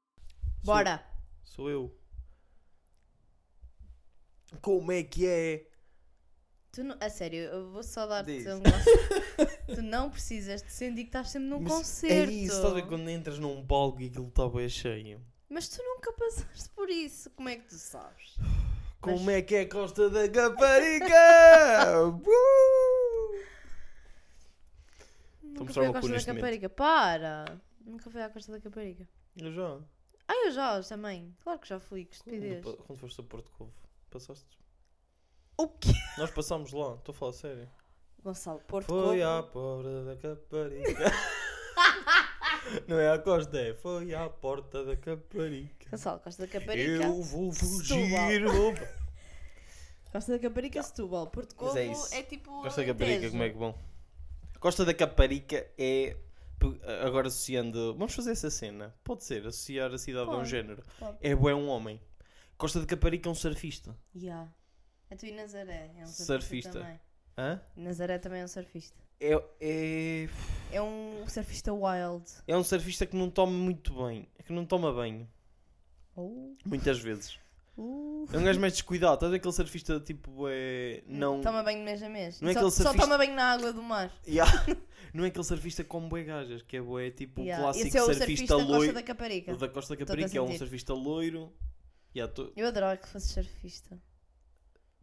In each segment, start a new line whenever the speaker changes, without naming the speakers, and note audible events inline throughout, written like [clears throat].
Sou-
Bora.
Sou eu. Como é que é?
Tu não- a sério, eu vou só dar-te
Diz.
um gosto. Tu não precisas de sentir que estás sempre num
Mas
Um concerto.
É isso, estás a ver quando entras num palco e aquilo está bem cheio.
Mas tu nunca passaste por isso. Como é que tu sabes?
Como é que é a Costa
[laughs]
da Caparica? Uh!
Nunca
Então mostrar
fui à
uma
Costa
cu
da
neste momento.
Caparica. Para! Nunca fui à Costa da Caparica.
eu já.
Ah, eu já também. Claro que já fui, que
Hum,
estupidez.
Quando, quando foste a Porto Covo, passaste?
O quê?
Nós passámos lá, estou a falar sério.
Gonçalo Porto
Foi ah,
Covo.
à porta da
[laughs]
Caparica. Não é à costa, é. Foi à porta da Caparica.
Gonçalo, Costa da Caparica.
Eu vou fugir.
Setúbal.
vou-
Costa da Caparica, Setúbal. Porto
Mas
Covo
é
é,
isso.
tipo.
Costa da Caparica,
Alentejo.
como é que bom? Costa da Caparica é. pe- Agora associando. Vamos fazer essa cena. Pode ser, associar a cidade a um
Pode,
género.
pode.
É bué um homem. Costa da Caparica é um surfista.
Ya. A tu e Nazaré. É um surfista.
Surfista.
também.
Hã?
Nazaré também é um surfista.
É, é,
É um surfista wild.
é um surfista que não toma muito bem. é Que não toma banho.
Oh. uh.
Muitas vezes. É um gajo mais descuidado. Estás a ver aquele surfista tipo. É, não.
Toma banho mês a mês.
Não é
só,
aquele
só
surfista- Tipo
toma banho na água do mar.
Ya. [laughs] Não é aquele surfista como bué gajas. Que é bué tipo
Ya.
o clássico
Esse é o
surfista,
surfista Costa
loiro.
da Caparica.
O da Costa da
Estou-te a
Caparica é um
sentir.
surfista loiro. Ya, tô-
Eu adorava que fosse surfista.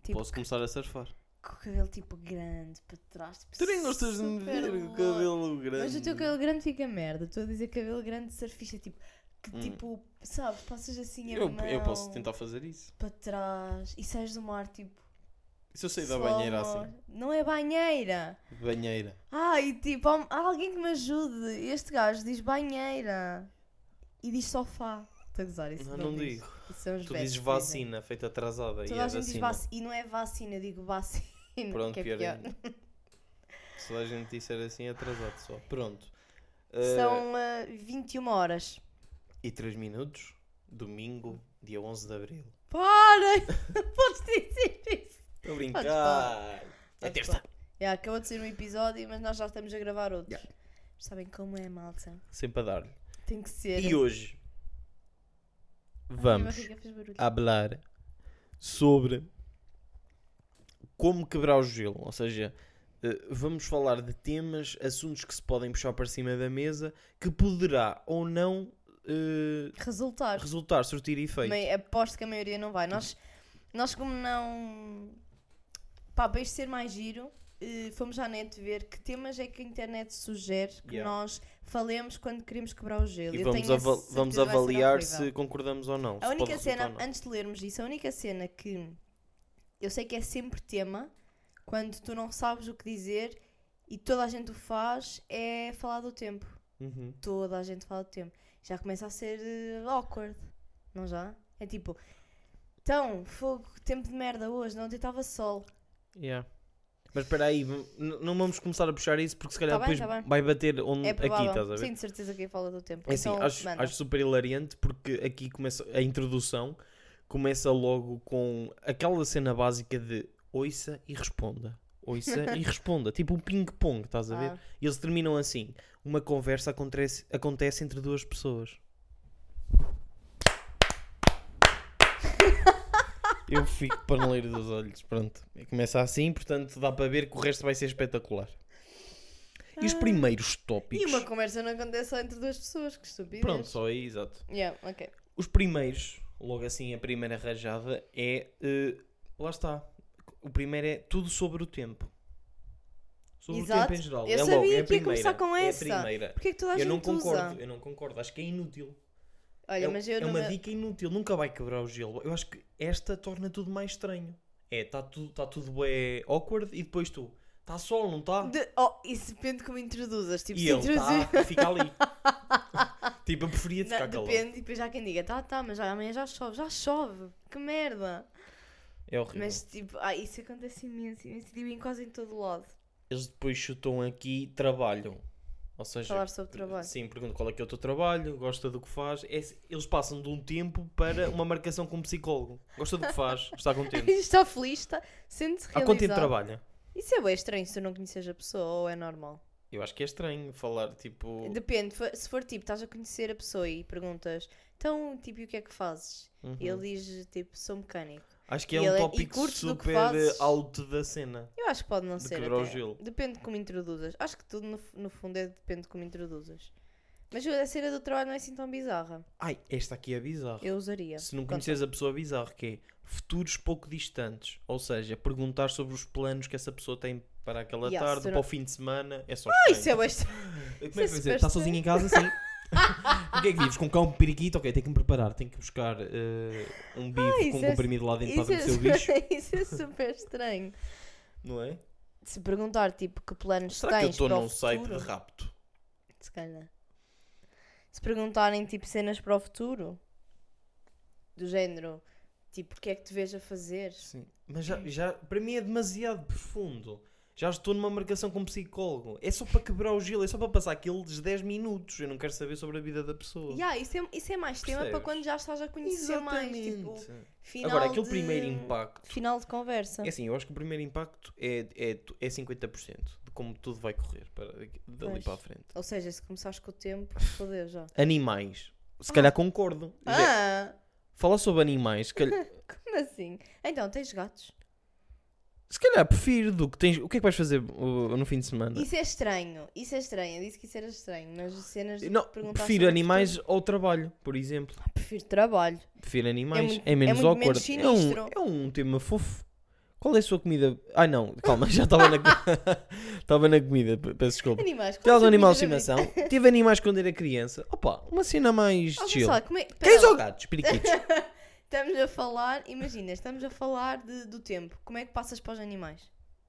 Tipo,
Posso começar a surfar.
com o cabelo tipo grande para trás. Tipo,
Tu nem gostas de me
super
ver com o
loiro.
cabelo grande.
Mas o teu cabelo grande fica merda. Estou a dizer cabelo grande de surfista. Tipo, que
Hum.
tipo, sabes, passas assim a
Eu,
mão
eu posso tentar fazer isso.
para trás e sais do mar tipo.
E se eu sair da
slow
banheira
mo-
assim?
Não é banheira.
Banheira.
Ai, tipo, há há alguém que me ajude. Este gajo diz banheira e diz sofá. Estou a gozar isso.
Não, não
diz.
digo.
Isso são os velhos
Tu dizes
que dizem.
vacina, feita atrasada. e
né? Toda
é
a gente diz
vacina.
vacina. E não é vacina, eu digo vacina. [laughs]
Pronto,
que é
pior.
pior.
ainda. Se toda a gente disser assim, é atrasado só. Pronto. Eh,
São ah, 21 horas.
E 3 minutos, domingo, dia 11 de abril. [laughs]
Para! Não podes dizer isso. falar.
Estou a brincar. É
Podes
terça.
Yeah, acabou de ser um episódio, mas nós já estamos a gravar outro.
Yeah.
Sabem como é, malta?
Sempre a dar-lhe.
Tem que ser.
E hoje
Minha
vamos Ah,
barriga fez barulho.
hablar sobre como quebrar o gelo. Ou seja, eh, vamos falar de temas, assuntos que se podem puxar para cima da mesa que poderá ou não eh,
Resultar.
resultar, surtir efeito.
Mei- aposto que a maioria não vai. Nós, nós como não. Pá, para isto ser mais giro, eh, fomos à net ver que temas é que a internet sugere que
Yeah.
nós falemos quando queremos quebrar o gelo.
E
Eu
vamos,
tenho a
ava-
certeza
vamos
que vai ser
avaliar
horrível.
se concordamos ou não. se
A
pode
única
resultar
cena,
ou não.
antes de lermos isso, a única cena que eu sei que é sempre tema, quando tu não sabes o que dizer e toda a gente o faz, é falar do tempo.
Uhum.
Toda a gente fala do tempo. Já começa a ser eh, awkward, não já? É tipo, então, fogo, tempo de merda hoje, não estava sol.
Yeah. Mas espera aí, vam- n- não vamos começar a puxar isso porque se calhar
Tá bem,
depois
tá bem.
vai bater onde,
É
Hum, aqui,
provável.
estás a ver?
Sim, de certeza que fala do tempo.
É assim,
então,
acho,
manda.
acho super hilariante porque aqui começa a introdução começa logo com aquela cena básica de ouça e responda. Ouça
[laughs]
e responda. Tipo um ping-pong, estás a ver?
Ah.
E eles terminam assim. Uma conversa acontece, acontece entre
[laughs]
duas pessoas. Eu fico paneleiro dos olhos, pronto. Começa assim, portanto dá para ver que o resto vai ser espetacular. E os primeiros
Ah. E
tópicos...
uma conversa não acontece só entre duas pessoas, que estupidez.
Pronto, só Eh, aí, exato.
Yeah, ok.
Os primeiros, logo assim a primeira rajada é. eh, lá está. O primeiro é tudo sobre o tempo. Sobre
Exato.
o tempo em geral.
Eu
é
sabia
logo, é a
que ia
primeira.
começar com
é a
essa.
primeira.
Porquê é que toda a
Eu
gente
não
usa?
concordo, eu não concordo. Acho que é inútil.
Olha,
é
mas eu
é
no
uma
meu-
dica inútil, nunca vai quebrar o gelo. Eu acho que esta torna tudo mais estranho. É, está tudo, tá tudo bem awkward e depois tu. Está sol, não está?
De... Oh, isso depende de como introduzas. Tipo,
E
se
ele
introduzir.
tá, fica ali.
[laughs]
tipo, eu preferia
Não,
ficar calado.
depende, e depois já há quem diga, tá, tá, mas olha, amanhã já chove, já chove, que merda.
É horrível.
Mas tipo, ah, isso acontece imenso, imenso, tipo, em quase em todo lado.
eles depois chutam aqui e trabalham. Ou seja,
Falar sobre trabalho. [laughs]
é. sim, pergunto qual é que é o teu trabalho, gosta do que faz. É se- eles passam de um tempo para uma marcação com um psicólogo. Gosta do que faz,
[laughs]
está contente.
Está feliz, está, sente-se
Há
realizado.
quanto tempo trabalha?
Isso é bem estranho se tu não conheces a pessoa ou é normal.
Eu acho que é estranho falar tipo.
Depende, fo- se for tipo, estás a conhecer a pessoa e perguntas, então, tipo, e o que é que fazes?
Uhum.
E ele diz, tipo, sou mecânico.
Acho que é
E
um
ele- e
tópico
curtes do que
super
fazes?
alto da cena.
Eu acho que pode não
De
ser.
quebrar o
até.
gelo.
Depende de como introduzas. Acho que tudo, no, f- no fundo, é depende de como introduzas. Mas a cena do trabalho não é assim tão bizarra.
Ai, esta aqui é bizarra.
Eu usaria.
Se não
Conta.
conheces a pessoa, bizarro que é futuros pouco distantes. Ou seja, perguntar sobre os planos que essa pessoa tem para aquela
Yeah,
tarde,
se tu
para
não-
o fim de semana. É só
Ah,
estranho.
isso é bastante.
Como é
isso
que
é
vai dizer?
super
Está sozinho em casa? Sim.
[laughs]
o que é que vives? Com um cão periquito? Ok, tenho que me preparar. Tenho que buscar eh, um bife com
isso
um
é-
comprimido lá dentro
Isso
para
é,
ver o seu
super, [laughs]
bicho.
isso é super estranho. [laughs]
Não é?
Se perguntar, tipo, que planos
Será que eu
tens
estou
para o
num site de
futuro?
rapto?
Se calhar. Se perguntarem, tipo, cenas para o futuro, do género, tipo, o que é que te vês a fazer?
Sim. Mas já, já, para mim é demasiado profundo. Já estou numa marcação com um psicólogo. É só para quebrar o gelo, é só para passar aqueles 10 minutos. Eu não quero saber sobre a vida da pessoa.
Yeah, isso, é, isso é mais tema para
Percebes?
quando já estás a conhecer mais. Tipo, final
Agora, aquele
de...
primeiro impacto.
Final de conversa.
É assim, eu acho que o primeiro impacto é, é, é 50% de como tudo vai correr para, dali
Pois.
para a frente.
Ou seja, se começares com o
[laughs]
tempo, fodeu já.
Animais. Se calhar concordo. Já-
Ah,
Falar sobre animais,
[laughs]
se calhar,
como assim? Então, tens gatos?
se calhar prefiro do que tens. O que é que vais fazer uh, no fim de semana?
Isso é estranho, isso é estranho. Eu disse que isso era estranho, mas as cenas de
Não,
perguntar
prefiro
sobre
animais ao trabalho, por exemplo.
tudo. Prefiro trabalho.
Prefiro animais. É,
muito- é
menos
muito
awkward.
menos
É um,
sinistro.
é um tema fofo. Qual é a sua comida? Ah, não, calma, já estava na, [laughs] estava na comida, pe- peço desculpa.
Animais. qual é a
Tens
tua
animal de
comida
estimação? Tive animais quando era criança. Opa, uma cena mais
favorita? Oh,
chill.
Gonçalo, como é- pera
Cães
lá,
ou gatos? Periquitos.
Estamos a falar, imagina, estamos a falar de- do tempo. Como é que passas para os animais?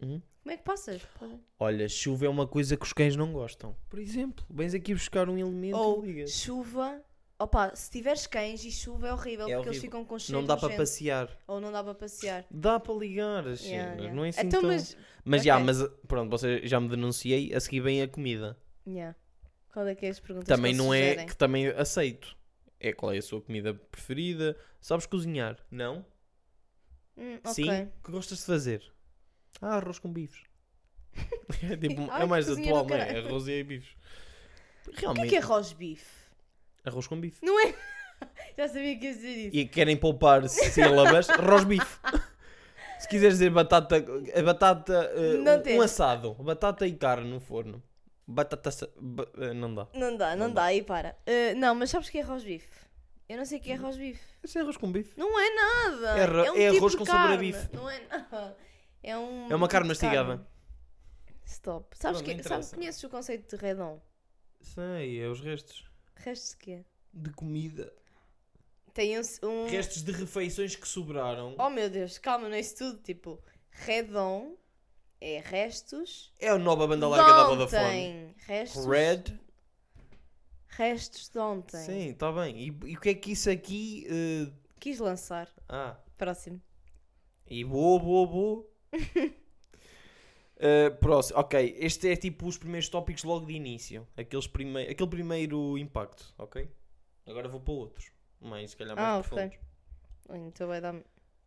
Hum?
Como é que passas? para-
Olha, chuva é uma coisa que os cães não gostam. Por exemplo, vens aqui buscar um elemento
Ou
e ligas.
chuva. Opa, se tiveres cães e chuva é horrível
É
porque eles
horrível.
ficam com cheiro
Não dá para
nojento.
passear.
Ou não dá para passear.
Dá para ligar as
Yeah,
cenas,
yeah.
não é assim
então,
tão...
mas.
Mas já,
ok.
mas pronto, você já me denunciei, a seguir vem a comida.
Yeah. Qual é que é as perguntas
também
que
não
eles
é
sugerem?
que também aceito. É qual é a sua comida preferida? Sabes cozinhar? Não?
Hum, ok.
Sim? O que gostas de fazer? Ah, arroz com bifes. [laughs] é, tipo,
Ai,
é mais
cozinha
atual,
do
não é?
caralho.
Arroz e bife.
O que é
Realmente,
que é rosbife?
arroz com bife.
Não é? Já sabia que ia dizer isso.
E querem poupar sílabas? arroz bife. Se quiseres dizer batata, a batata, eh,
Não
um- um,
temos.
assado, batata e carne no forno. Batata, assa- ba- eh, não dá.
Não dá, não,
Não
dá. aí para. Ah, não, mas sabes o que é rosbife? Eu não sei o que é rosbife.
Isso é arroz com bife.
Não é nada.
É ro-
um
é
tipo
arroz
de
com
carne.
sabor a bife.
Não é nada. É, um
É
tipo
uma carne
de carne.
mastigada.
Stop. Sabes,
Pronto, não
que, sabes
interessa.
conheces o conceito de redon?
Sei, é os restos
Restos de quê?
de comida.
Tem um. um-
Restos de refeições que sobraram.
Oh meu Deus, calma, não é isso tudo. Tipo, redon é restos.
É a nova banda
de
larga da Vodafone.
ontem. Restos.
Red.
Restos de ontem.
Sim, está bem. E, e o que é que isso aqui. eh,
Quis lançar.
Ah.
Próximo.
E boa, boa,
[laughs]
boa. Eh, próximo. Ok. Este é tipo os primeiros tópicos logo de início. Aqueles prime... Aquele primeiro impacto, ok? Agora vou para outros. Mais, se calhar mais
Ah, ok.
profundos.
Ai, Então vai dar.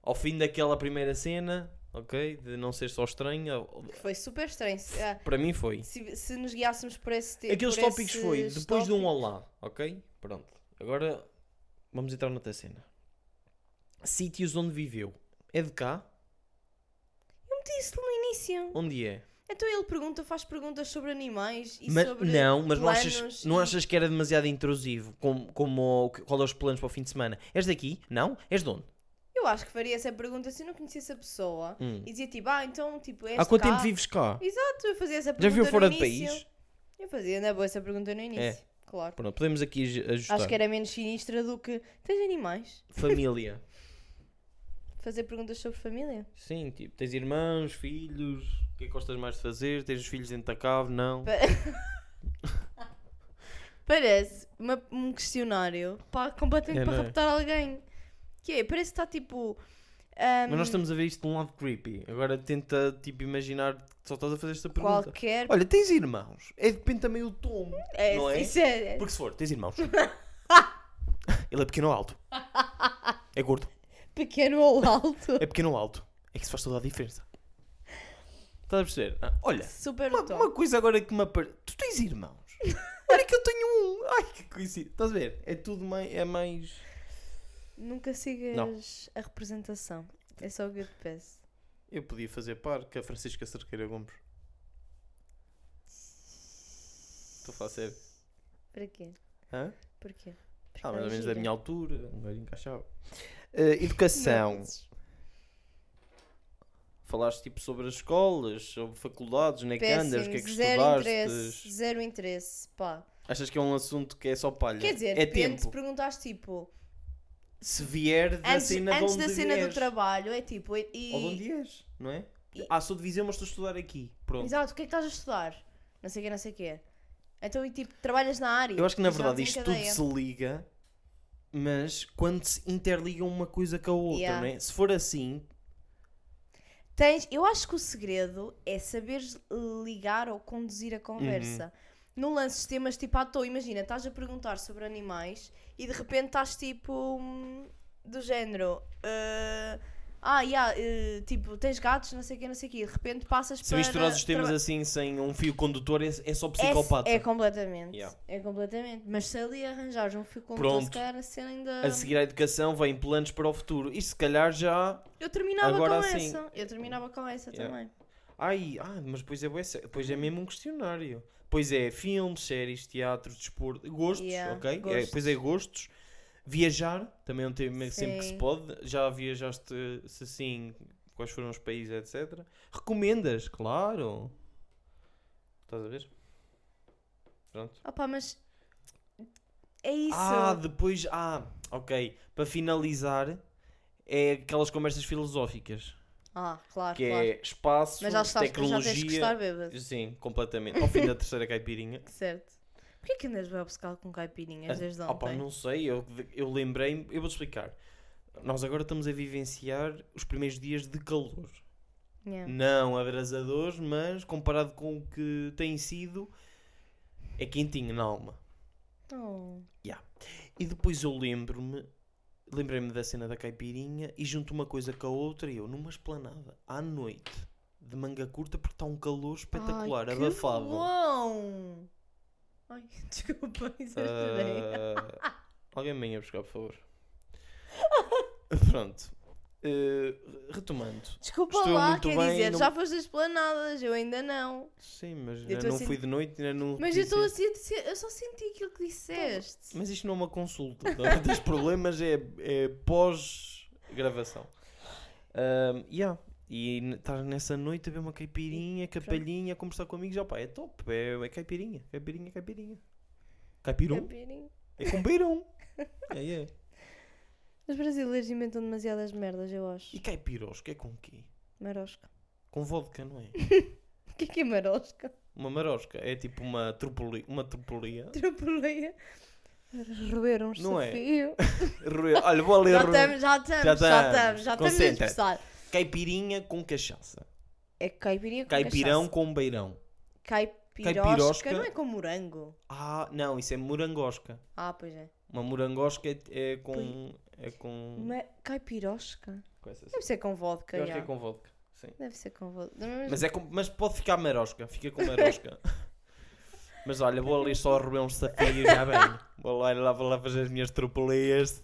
Ao fim daquela primeira cena, ok? De não ser só estranha.
Que foi super estranho. Se- ah,
Para mim foi.
Se, se nos guiássemos por esse tipo.
Aqueles tópicos foi depois de um olá, ok? Pronto. Agora vamos entrar noutra cena. Sítios onde viveu. É de cá?
disse no início.
Onde é?
Então ele pergunta, faz perguntas sobre animais e
Mas-
sobre.
não, mas não achas,
planos
não
e-
achas que era demasiado intrusivo? Como, como o que- qual é os planos para o fim de semana? És daqui? Não? És de onde?
Eu acho que faria essa pergunta se eu não conhecesse a pessoa
Hum.
e dizia tipo, ah, então tipo, és
Há
de
quanto
cá?
tempo vives cá?
Exato, eu fazia essa
Já
pergunta.
viu fora
no
de
início.
país?
Eu fazia, não é boa essa pergunta no início. Claro.
Pronto, podemos aqui aj- ajustar.
Acho que era menos sinistra do que. Tens animais?
Família.
Fazer perguntas sobre família?
Sim, tipo, tens irmãos, filhos, o que é que gostas mais de fazer? Tens os filhos dentro da cave? Não.
Pa- Parece uma- um questionário para, completamente
É,
para
não é?
raptar alguém. Que é? Parece que está tipo. Hum.
Mas nós estamos a ver isto de um lado creepy. Agora tenta, tipo, imaginar que só estás a fazer esta pergunta.
Qualquer.
Olha, tens irmãos? É depende também do tom,
é,
não é?
Isso é, é
Porque se for, tens irmãos.
[laughs]
Ele é pequeno ou alto? É gordo?
pequeno ou alto.
[laughs] É pequeno ou alto? É que isso faz toda a diferença. Estás a perceber? Ah, olha,
Super
uma,
top.
uma coisa agora que me aparece. Tu tens
[laughs]
irmãos? olha que eu tenho um. Ai, que coincidência. Estás a ver? É tudo mais. É mais...
Nunca sigas a representação. É só o que eu te peço.
Eu podia fazer par com a Francisca Cerqueira Gomes. Estou a falar sério.
Para quê?
Hã?
Porquê? Porque
Ah, mais
ela
ou
é
menos da
gira.
minha altura. Não era encaixava. Eh, educação.
Não dizes.
Falaste tipo sobre as escolas, sobre faculdades, onde é que andas, o que é que
Péssimo, zero interesse,
estudaste.
zero interesse, pá.
Achas que é um assunto que é só palha?
Quer dizer,
é
depende, se
tempo.
perguntaste tipo,
Se vier da
antes,
cena de
antes
onde
da cena do
vier.
trabalho, é tipo, e- e-
Ou de onde és, não é?
E-
Ah, sou de Viseu, mas estou a estudar aqui. Pronto.
exato, o que é que estás a estudar? Não sei o que, não sei o que. Então, e tipo, trabalhas na área.
Eu acho que na
Já
verdade
tem
isto tudo
cadeia.
se liga, mas quando se interliga uma coisa com a outra,
Yeah.
não é? Se for assim,
Tens, eu acho que o segredo é saberes ligar ou conduzir a
Uhum.
conversa. Não lances temas tipo à toa. Imagina, estás a perguntar sobre animais e de repente estás tipo hum, do género. eh, ah, yeah, eh, tipo, tens gatos, não sei o que, não sei o que. De repente passas
se
para.
misturas os temas
traba-
assim sem um fio condutor, é, é só
É-
psicopata.
É, completamente.
Yeah.
É completamente. Mas se ali arranjares um fio condutor,
Pronto. Assim,
se calhar a cena ainda.
A seguir à educação vem planos para o futuro. Isto se calhar já.
Eu terminava
Agora
com
assim-
essa. Eu terminava com essa
Yeah.
também.
Ai, ah, mas depois é, bué sé- depois é mesmo um questionário. Pois é, filmes, séries, teatro, desporto, gostos,
Yeah,
ok? É,
gostos.
pois é, gostos. Viajar, também é um tema que sempre que se
Sim.
pode. Já viajaste, se sim, quais foram os países, etc. Recomendas, claro. Estás a ver? Pronto.
Opa, mas. É isso.
Ah, depois, ah, ok. Para finalizar, é aquelas conversas filosóficas.
Ah, claro,
Que
claro.
é espaço,
Mas já estás, já tens que estar
tecnologia...
bêbado.
Sim, completamente. Ao fim da terceira caipirinha.
Certo. Porquê que andas bem obcecado com um caipirinhas É, desde
Ah, pá,
ontem?
não sei, eu, eu lembrei-me, eu vou-te explicar. Nós agora estamos a vivenciar os primeiros dias de calor.
Yeah.
Não abrasadores, mas comparado com o que tem sido, é quentinho na alma.
Oh.
E depois eu lembro-me, lembrei-me da cena da caipirinha e junto uma coisa com a outra e eu numa esplanada, à noite, de manga curta, porque está um calor espetacular,
Ai, que
abafável.
bom! Ai, [laughs] desculpa, exagerei.
Ah, alguém me venha buscar, por favor.
[laughs]
Pronto. Ah, retomando.
Desculpa
estou
lá,
muito
quer
bem,
dizer,
não-
já foste das planadas, eu ainda não.
Sim, mas
Eu
ainda
tô
não
assim-
fui de noite, ainda não.
Mas eu assim- estou
disse-
a sentir, eu só senti aquilo que disseste.
Mas isto não é uma consulta. [laughs] Não? Tens problemas, é, é pós-gravação. Ah, yeah. E n- estar nessa noite a ver uma caipirinha, capelhinha, a conversar com amigos, opá, é top, é, é caipirinha, caipirinha, caipirinha. Caipirão?
Caipirinha.
É com beirão.
[laughs]
É, é.
Os brasileiros inventam demasiadas merdas, eu acho.
E caipirosca é com quê?
Marosca. [laughs]
Com vodka, não é?
O que é que é marosca?
Uma marosca, é tipo uma tropolia. Uma
[laughs]
tropolia.
Tropeleia. Roeram um
Não é? [laughs]
desafio.
Roer- Olha, vou ali
Já
roer.
estamos, já estamos,
Já
já estamos,
estamos.
já estamos a
Concentra-te.
expressar.
Caipirinha com cachaça.
É caipirinha com
Caipirão
cachaça.
com beirão.
Caipirosca.
Caipirosca.
Não é com morango.
Ah, não, isso é morangosca.
Ah, pois é.
Uma morangosca é, é com. É com.
Ma- caipirosca?
com essa-
Deve ser com vodka,
Eu acho que
já.
é com vodka. Sim.
Deve ser com vodka. Mas,
Mas, é com- mas pode ficar marosca, fica
[laughs]
com marosca. mas olha, vou ali só roer um safio e já bem. Vou lá, lá, vou lá fazer as minhas tropelias.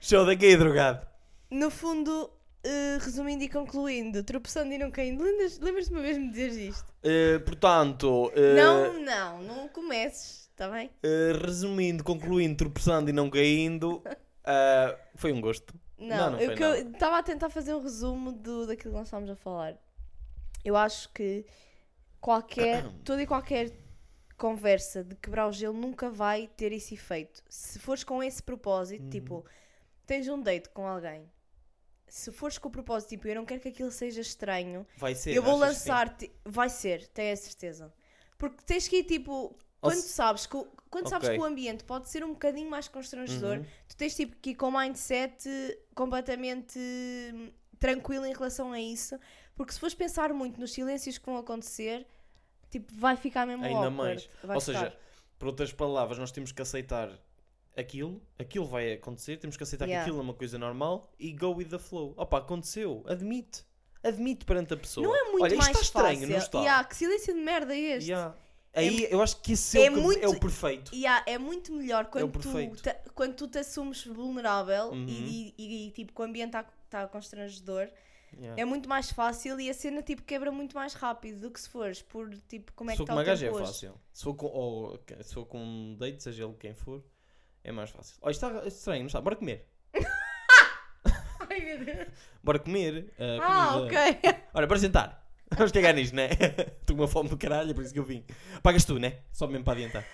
Show daqui, drogado.
No fundo, eh, resumindo e concluindo, tropeçando e não caindo, lembras- lembras-te uma vez me dizeres isto?
Eh, portanto. eh,
Não, não, não comeces, está bem?
Uh, resumindo, concluindo, tropeçando e não caindo, uh, foi um gosto. Não,
Não,
não foi
eu que eu estava a tentar fazer um resumo do, daquilo que nós estávamos a falar. Eu acho que
[coughs]
qualquer, toda e qualquer conversa de quebrar o gelo nunca vai ter esse efeito. Se fores com esse
Uhum.
propósito, tipo, tens um date com alguém. Se fores com o propósito, tipo, eu não quero que aquilo seja estranho,
Vai ser.
eu vou
achas que sim?
lançar, te vai ser, tenho a certeza. Porque tens que ir tipo, quando
se-
sabes que o, quando sabes
Ok.
que o ambiente pode ser um bocadinho mais constrangedor,
Uhum.
tu tens tipo que ir com o mindset completamente hum, tranquilo em relação a isso, porque se fores pensar muito nos silêncios que vão acontecer, tipo, vai ficar mesmo
Ainda
awkward,
mais.
vai
Ou seja,
ficar.
por outras palavras, nós temos que aceitar aquilo, aquilo vai acontecer, temos que aceitar
Yeah.
que aquilo é uma coisa normal e go with the flow. Opa, aconteceu, admite. admite perante a pessoa.
Não é muito
Olha, isto
mais
está estranho,
fácil.
não está?
Yeah, que silêncio de merda é este?
Yeah. Aí eu acho que esse
é
é, o, que-
muito-
é o perfeito.
Yeah, é muito melhor quando,
perfeito.
tu, te, quando tu te assumes vulnerável
Uhum.
e, e- e, tipo, que o ambiente está constrangedor.
Yeah.
É muito mais fácil e a cena tipo, quebra muito mais rápido do que se fores por tipo, como é
se for
que
com
está
uma
o
gaja
tempo
é
hoje.
fácil. Se for com, ou, ok, se for com um date, seja ele quem for, é mais fácil. Olha, isto está estranho, não está? Bora comer.
[laughs] Ai meu Deus.
Bora comer. uh,
Ah,
comida.
ok. [laughs]
Ora, bora sentar. [laughs] Vamos cagar nisto, né? [laughs] Estou com uma fome do caralho, é por isso que eu vim. Pagas tu, né? Só mesmo para adiantar.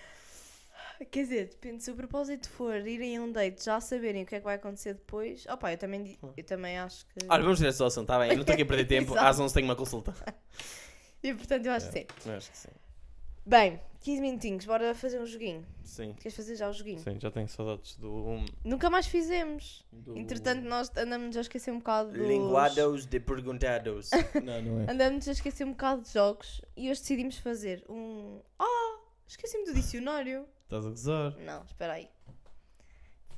Quer dizer, depende se o propósito for irem a um date já saberem o que é que vai acontecer depois. Opa, eu também, di- eu também acho que.
Olha, vamos direto ao assunto, está bem? Eu não estou aqui
[laughs]
a perder tempo.
Exato.
Às 11 tenho
[laughs]
uma consulta.
E portanto eu acho que sim.
Eu acho que sim.
Bem, 15 minutinhos, bora fazer um joguinho.
Sim.
Queres fazer já o joguinho?
Sim, já tenho saudades do. um,
Nunca mais fizemos.
do... é
Entretanto, nós andamos a esquecer um bocado dos...
Linguados de perguntados. [laughs] não, não é.
Andamos a esquecer um bocado de jogos e hoje decidimos fazer um... Ah, esqueci-me do dicionário.
Estás a gozar?
Não, espera aí.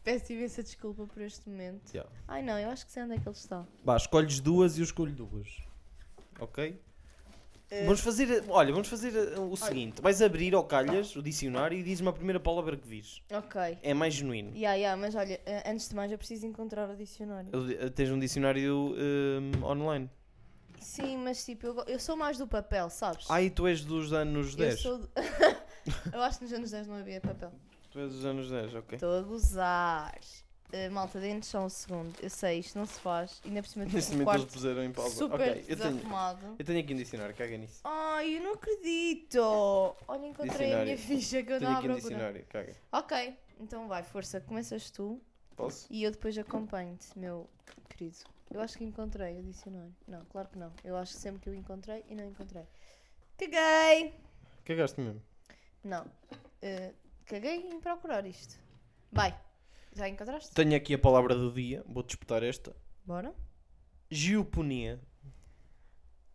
Peço imensa desculpa por este momento.
Yeah.
Ai não, eu acho que sei onde é que ele está.
Vá, escolhes duas e eu escolho duas. Ok?
Eh.
Vamos fazer. Olha, vamos fazer uh, o seguinte: vais abrir ao calhas o dicionário e dizes-me a primeira palavra que vires.
Ok.
É mais genuíno.
Ya, ya, mas olha, a- antes de mais eu preciso encontrar o dicionário.
Eu- eu- Tens um dicionário um, online.
Sim, mas tipo, eu, go- eu sou mais do papel, sabes?
Ah, e tu és dos anos
eu
10.
sou... do- [laughs] eu acho que nos anos 10 não havia papel.
Tu és dos anos 10, ok.
Estou a gozar. Eh, malta, dentro só um segundo. Eu sei, isto não se faz. Ainda por cima de
[laughs] Neste
um
momento
quarto
eles puseram em pausa.
super
ok, eu tenho,
desarrumado.
eu tenho aqui um dicionário, caga nisso.
Ai, eu não acredito. Olha, encontrei a minha
Dicionário.
ficha que eu
Tenho
não
aqui um
abro. procura.
dicionário, caga.
Ok, então vai, força. Começas tu
Posso?
e eu depois acompanho-te, meu querido. Eu acho que encontrei o dicionário. Não, claro que não. Eu acho sempre que eu encontrei e não encontrei. Caguei!
[laughs] Cagaste mesmo.
Não. Eh, caguei em procurar isto. Vai. Já encontraste?
Tenho aqui a palavra do dia, vou disputar esta.
Bora.
Geoponia.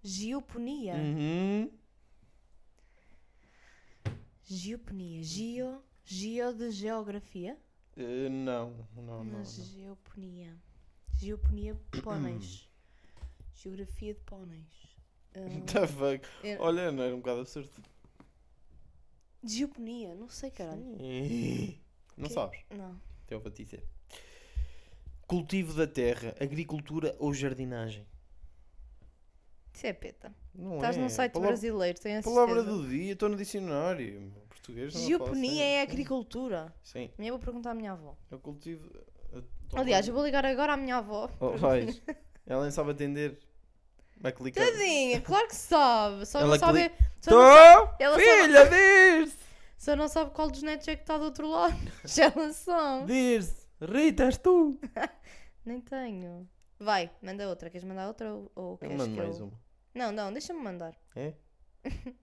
Geoponia.
Uhum.
Geoponia. Geo. Geo de geografia.
Eh, não, não, não. não.
Mas geoponia. Geoponia de
[clears throat]
póneis. Geografia de póneis.
[laughs]
Hum,
The Tá fuck?
eu-
Olha, não era um bocado absurdo.
Geoponia, não sei caralho.
[laughs] Não
Que-
sabes? é
Não.
Eu vou te dizer. Cultivo da terra, agricultura ou jardinagem?
Isso é peta.
Não
Estás
é.
num site
Palavra-
brasileiro, tenho a
Palavra
certeza.
do dia, estou no dicionário. meu. Português não
Geoponia é
aqui.
agricultura.
Sim, é
Amanhã vou perguntar à minha avó.
eu cultivo. eh,
Aliás, eu vou ligar agora à minha avó.
Oh, vais. Ela nem sabe atender. Vai clicar.
Tadinha, claro que sabe. Só
Ela
não sabe. é- Só
Tô!
não, sa- Ela
Filha, diz-se!
só não sabe qual dos netos é que está do outro lado. [laughs] Já não são.
Diz-se! Rita, és tu!
Nem tenho. Vai, manda outra. Queres mandar outra ou, ou
Eu
queres
mando
que é
mais
eu...
uma.
Não, não, deixa-me mandar.
É?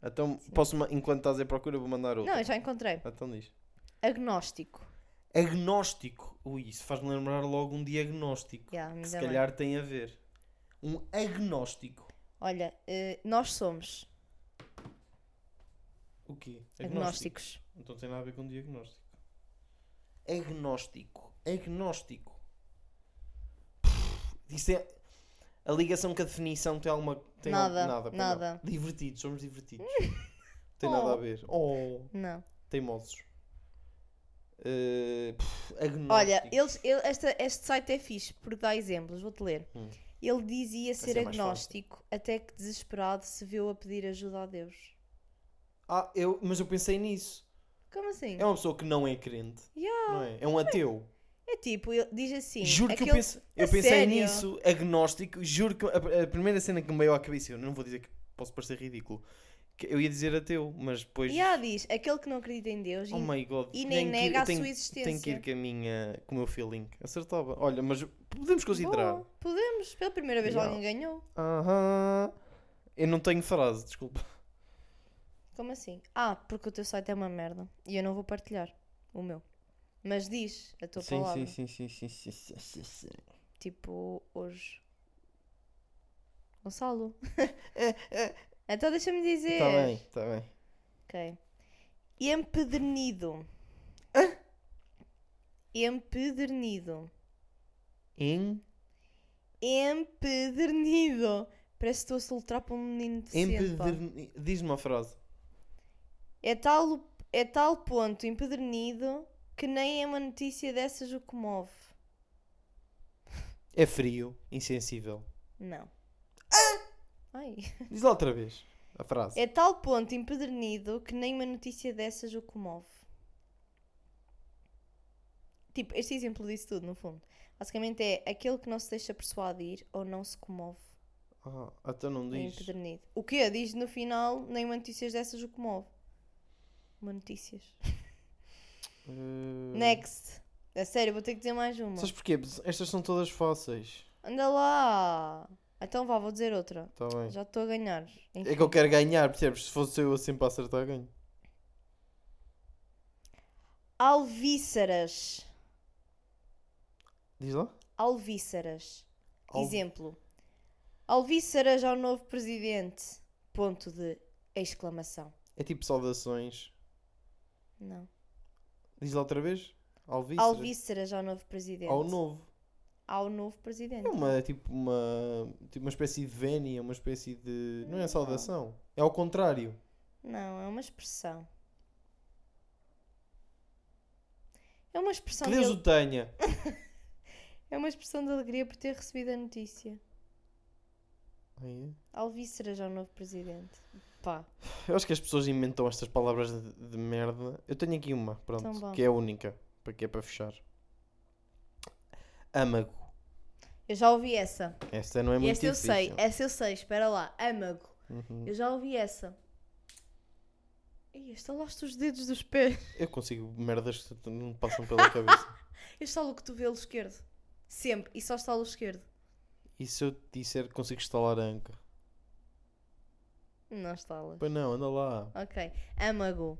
Então, posso, ma- enquanto estás à procura, vou mandar outra.
Não, eu já encontrei.
Então diz.
Agnóstico.
Agnóstico. Ui, isso faz-me lembrar logo um diagnóstico.
Yeah,
que
ainda
se
bem.
calhar tem a ver. Um agnóstico.
Olha, eh, nós somos
O quê?
agnósticos.
Então tem nada a ver com diagnóstico. Agnóstico. Agnóstico. Pff, Isso é. A ligação com a definição tem alguma. Tem al-
Nada,
nada, pois
nada.
não. Divertidos, somos divertidos. [laughs] tem nada a
Oh.
ver. Oh,
Não.
teimosos. Eh, pff, agnóstico.
Olha, eles, ele- esta- este site é fixe porque dá exemplos. Vou-te ler.
Hum.
Ele dizia ser
é mais fácil.
agnóstico até que desesperado se viu a pedir ajuda a Deus.
Ah, eu, mas eu pensei nisso.
Como assim?
É uma pessoa que não é crente.
Yeah.
Não é? é um ateu.
É tipo, ele diz assim.
Juro que eu
aquele-
pensei, eu
A
pensei
sério?
nisso, agnóstico, juro que a, a primeira cena que me veio à cabeça, eu não vou dizer que posso parecer ridículo, que eu ia dizer ateu, mas depois,
Yeah, diz, aquele que não acredita em Deus e-
oh my god,
e nem
tenho que ir-
nega
eu
a
tenho-
sua existência.
Tenho que ir com, a minha, com o meu feeling, acertava. Olha, mas podemos considerar.
Boa, podemos, pela primeira vez
Yeah.
alguém ganhou.
Aham. Eu não tenho frase, desculpa.
Como assim? Ah, porque o teu site é uma merda e eu não vou partilhar o meu. Mas diz a tua palavra.
sim, sim, sim, sim, sim, sim, sim.
Tipo, hoje. Gonçalo. [laughs] então deixa-me dizer.
Está Tá bem, está bem.
Ok. Empedernido. Empedernido.
Em?
Empedernido. Parece que estou a soltar para um menino de
Empederni... Diz-me uma frase.
É tal, o- é tal ponto empedernido que nem é uma notícia dessas o que move.
É frio, insensível.
Não. Ai.
Diz lá outra vez a frase.
Ah! É tal ponto empedernido que nem uma notícia dessas o comove. Tipo, este exemplo disse tudo, no fundo. Basicamente é aquele que não se deixa persuadir ou não se comove.
Ah, até não
É
diz.
empedernido. O quê? Diz no final, nem uma notícia dessas o comove. Uma notícias. Hum,
Eh,
Next. É sério, vou ter que dizer mais uma.
Sabes porquê? Estas são todas fáceis.
Anda lá. Então vá, vou dizer outra.
Está bem.
Já estou a ganhar.
É que eu quero ganhar, percebes? Se fosse eu assim para acertar, ganho.
Alvíceras.
Diz lá.
Alvíceras.
Al-
Exemplo. Alvíceras ao novo presidente. Ponto de exclamação.
É tipo saudações.
Não.
Diz lá outra vez. Alvíceras.
Alvíceras ao novo presidente.
Ao novo.
Ao novo presidente.
É uma, é tipo uma, tipo uma espécie de vénia, uma espécie de... Não é saudação. É ao contrário.
Não, é uma expressão. É uma expressão,
Que
de,
Deus o tenha.
é uma expressão de alegria por ter recebido a notícia.
Ai,
Alvíceras ao novo presidente. Pá.
é? Eu acho que as pessoas inventam estas palavras de, de merda. Eu tenho aqui uma, pronto,
Então vá.
que é a única. Para que é para fechar. Âmago.
Eu já ouvi essa.
Esta não é
E
muito
esta eu
difícil.
sei. Essa eu sei. Espera lá. Âmago.
Uhum.
Eu já ouvi essa. Ei, estalaste os dedos dos pés.
Eu consigo merdas que não me passam pela [laughs] cabeça.
Eu estalo o cotovelo esquerdo. Sempre. E só estalo o esquerdo.
E se eu te disser que consigo instalar a anca?
Não estala.
Pois não, anda lá.
Ok. Âmago.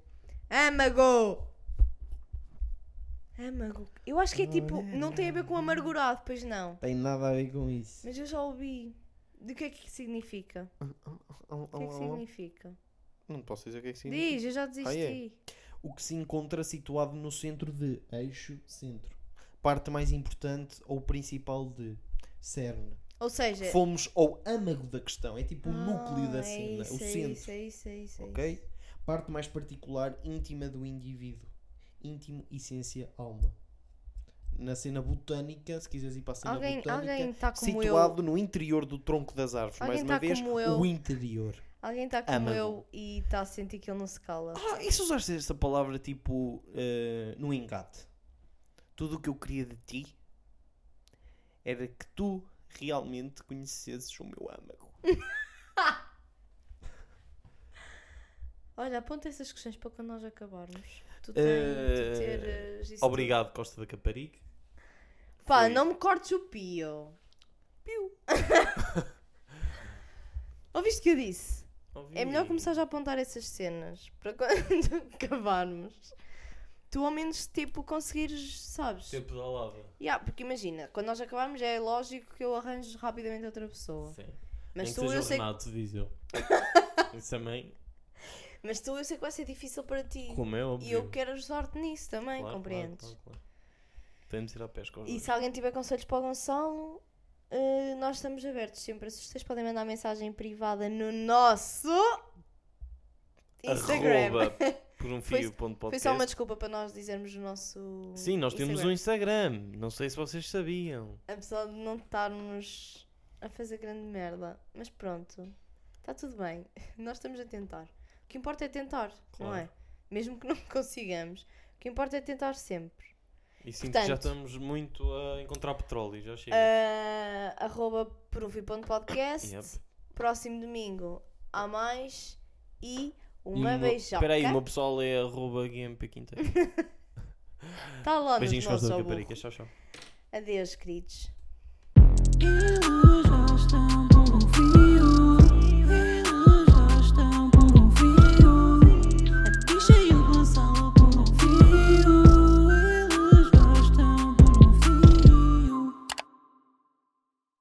Âmago! Âmago. Eu acho que é tipo. Não tem a ver com amargurado, pois não.
Tem nada a ver com isso.
Mas eu já ouvi. Do que é que significa? O que é que significa?
Não posso dizer o que é que significa. Ah,
Diz, eu já desisti.
o que se encontra situado no centro de eixo centro. Parte mais importante ou principal de cerne.
Ou seja.
Fomos ao âmago da questão, é tipo é? o núcleo
Ah,
da
é
cena,
isso,
o
é
centro,
Isso, é isso, é isso, é
ok?
isso.
Parte mais particular, íntima do indivíduo. Íntimo, essência, alma. Na cena botânica, se quiseres ir para a cena
Alguém
botânica,
está como eu.
situado no interior do tronco das árvores.
Alguém
mais uma
tá
vez,
como eu.
o interior.
Alguém está como
Âmago.
eu e está a sentir que ele não se cala.
Ah, e se usaste esta palavra tipo eh, no engate? Tudo o que eu queria de ti era que tu realmente conhecesses o meu âmago.
Olha, aponta essas questões para quando nós acabarmos. Tu, tens,
Eh,
tu teres isso
Obrigado, Costa da Caparica.
tudo. Pá,
Foi.
não me cortes o pio. Pio. [laughs] Ouviste o que eu disse? É
Hum.
melhor começar já a apontar essas cenas para quando [laughs] acabarmos. Tu ao menos tipo conseguires, sabes?
Tempo da lava.
Yeah, porque imagina, quando nós acabarmos é lógico que eu arranjo rapidamente outra pessoa.
Sim.
Mas tu, eu sei,
Renato,
[laughs]
diz eu. Isso também,
mas tu eu sei que vai ser difícil para ti.
como é
E eu quero ajudar-te nisso também, compreendes?
Podemos ir à pesca.
E se alguém tiver conselhos para o Gonçalo, eh, nós estamos abertos sempre a sugestões. Podem mandar mensagem privada no nosso Instagram.
[laughs] por um
Foi- [laughs]
fio.podcast.
Foi só uma desculpa para nós dizermos o nosso.
Sim, nós temos um
Instagram.
Instagram. Não sei se vocês sabiam.
Apesar de não estarmos a fazer grande merda. Mas pronto, está tudo bem. [laughs] Nós estamos a tentar. O que importa é tentar, não
Claro.
é? Mesmo que não [laughs] consigamos. O que importa é tentar sempre.
E sinto que já
Portanto-
estamos muito a encontrar petróleo, já chega.
Ah, arroba profi.podcast.
Yep.
Próximo domingo há mais e
E
uma
o meu-
beijoca.
Espera aí, o meu pessoal é arroba GMP Quinta.
Tá lá nos
Beijinhos, Costa
nossos
da
ao burro.
Caparica. Tchau, tchau.
Adeus, queridos.
Eu gosto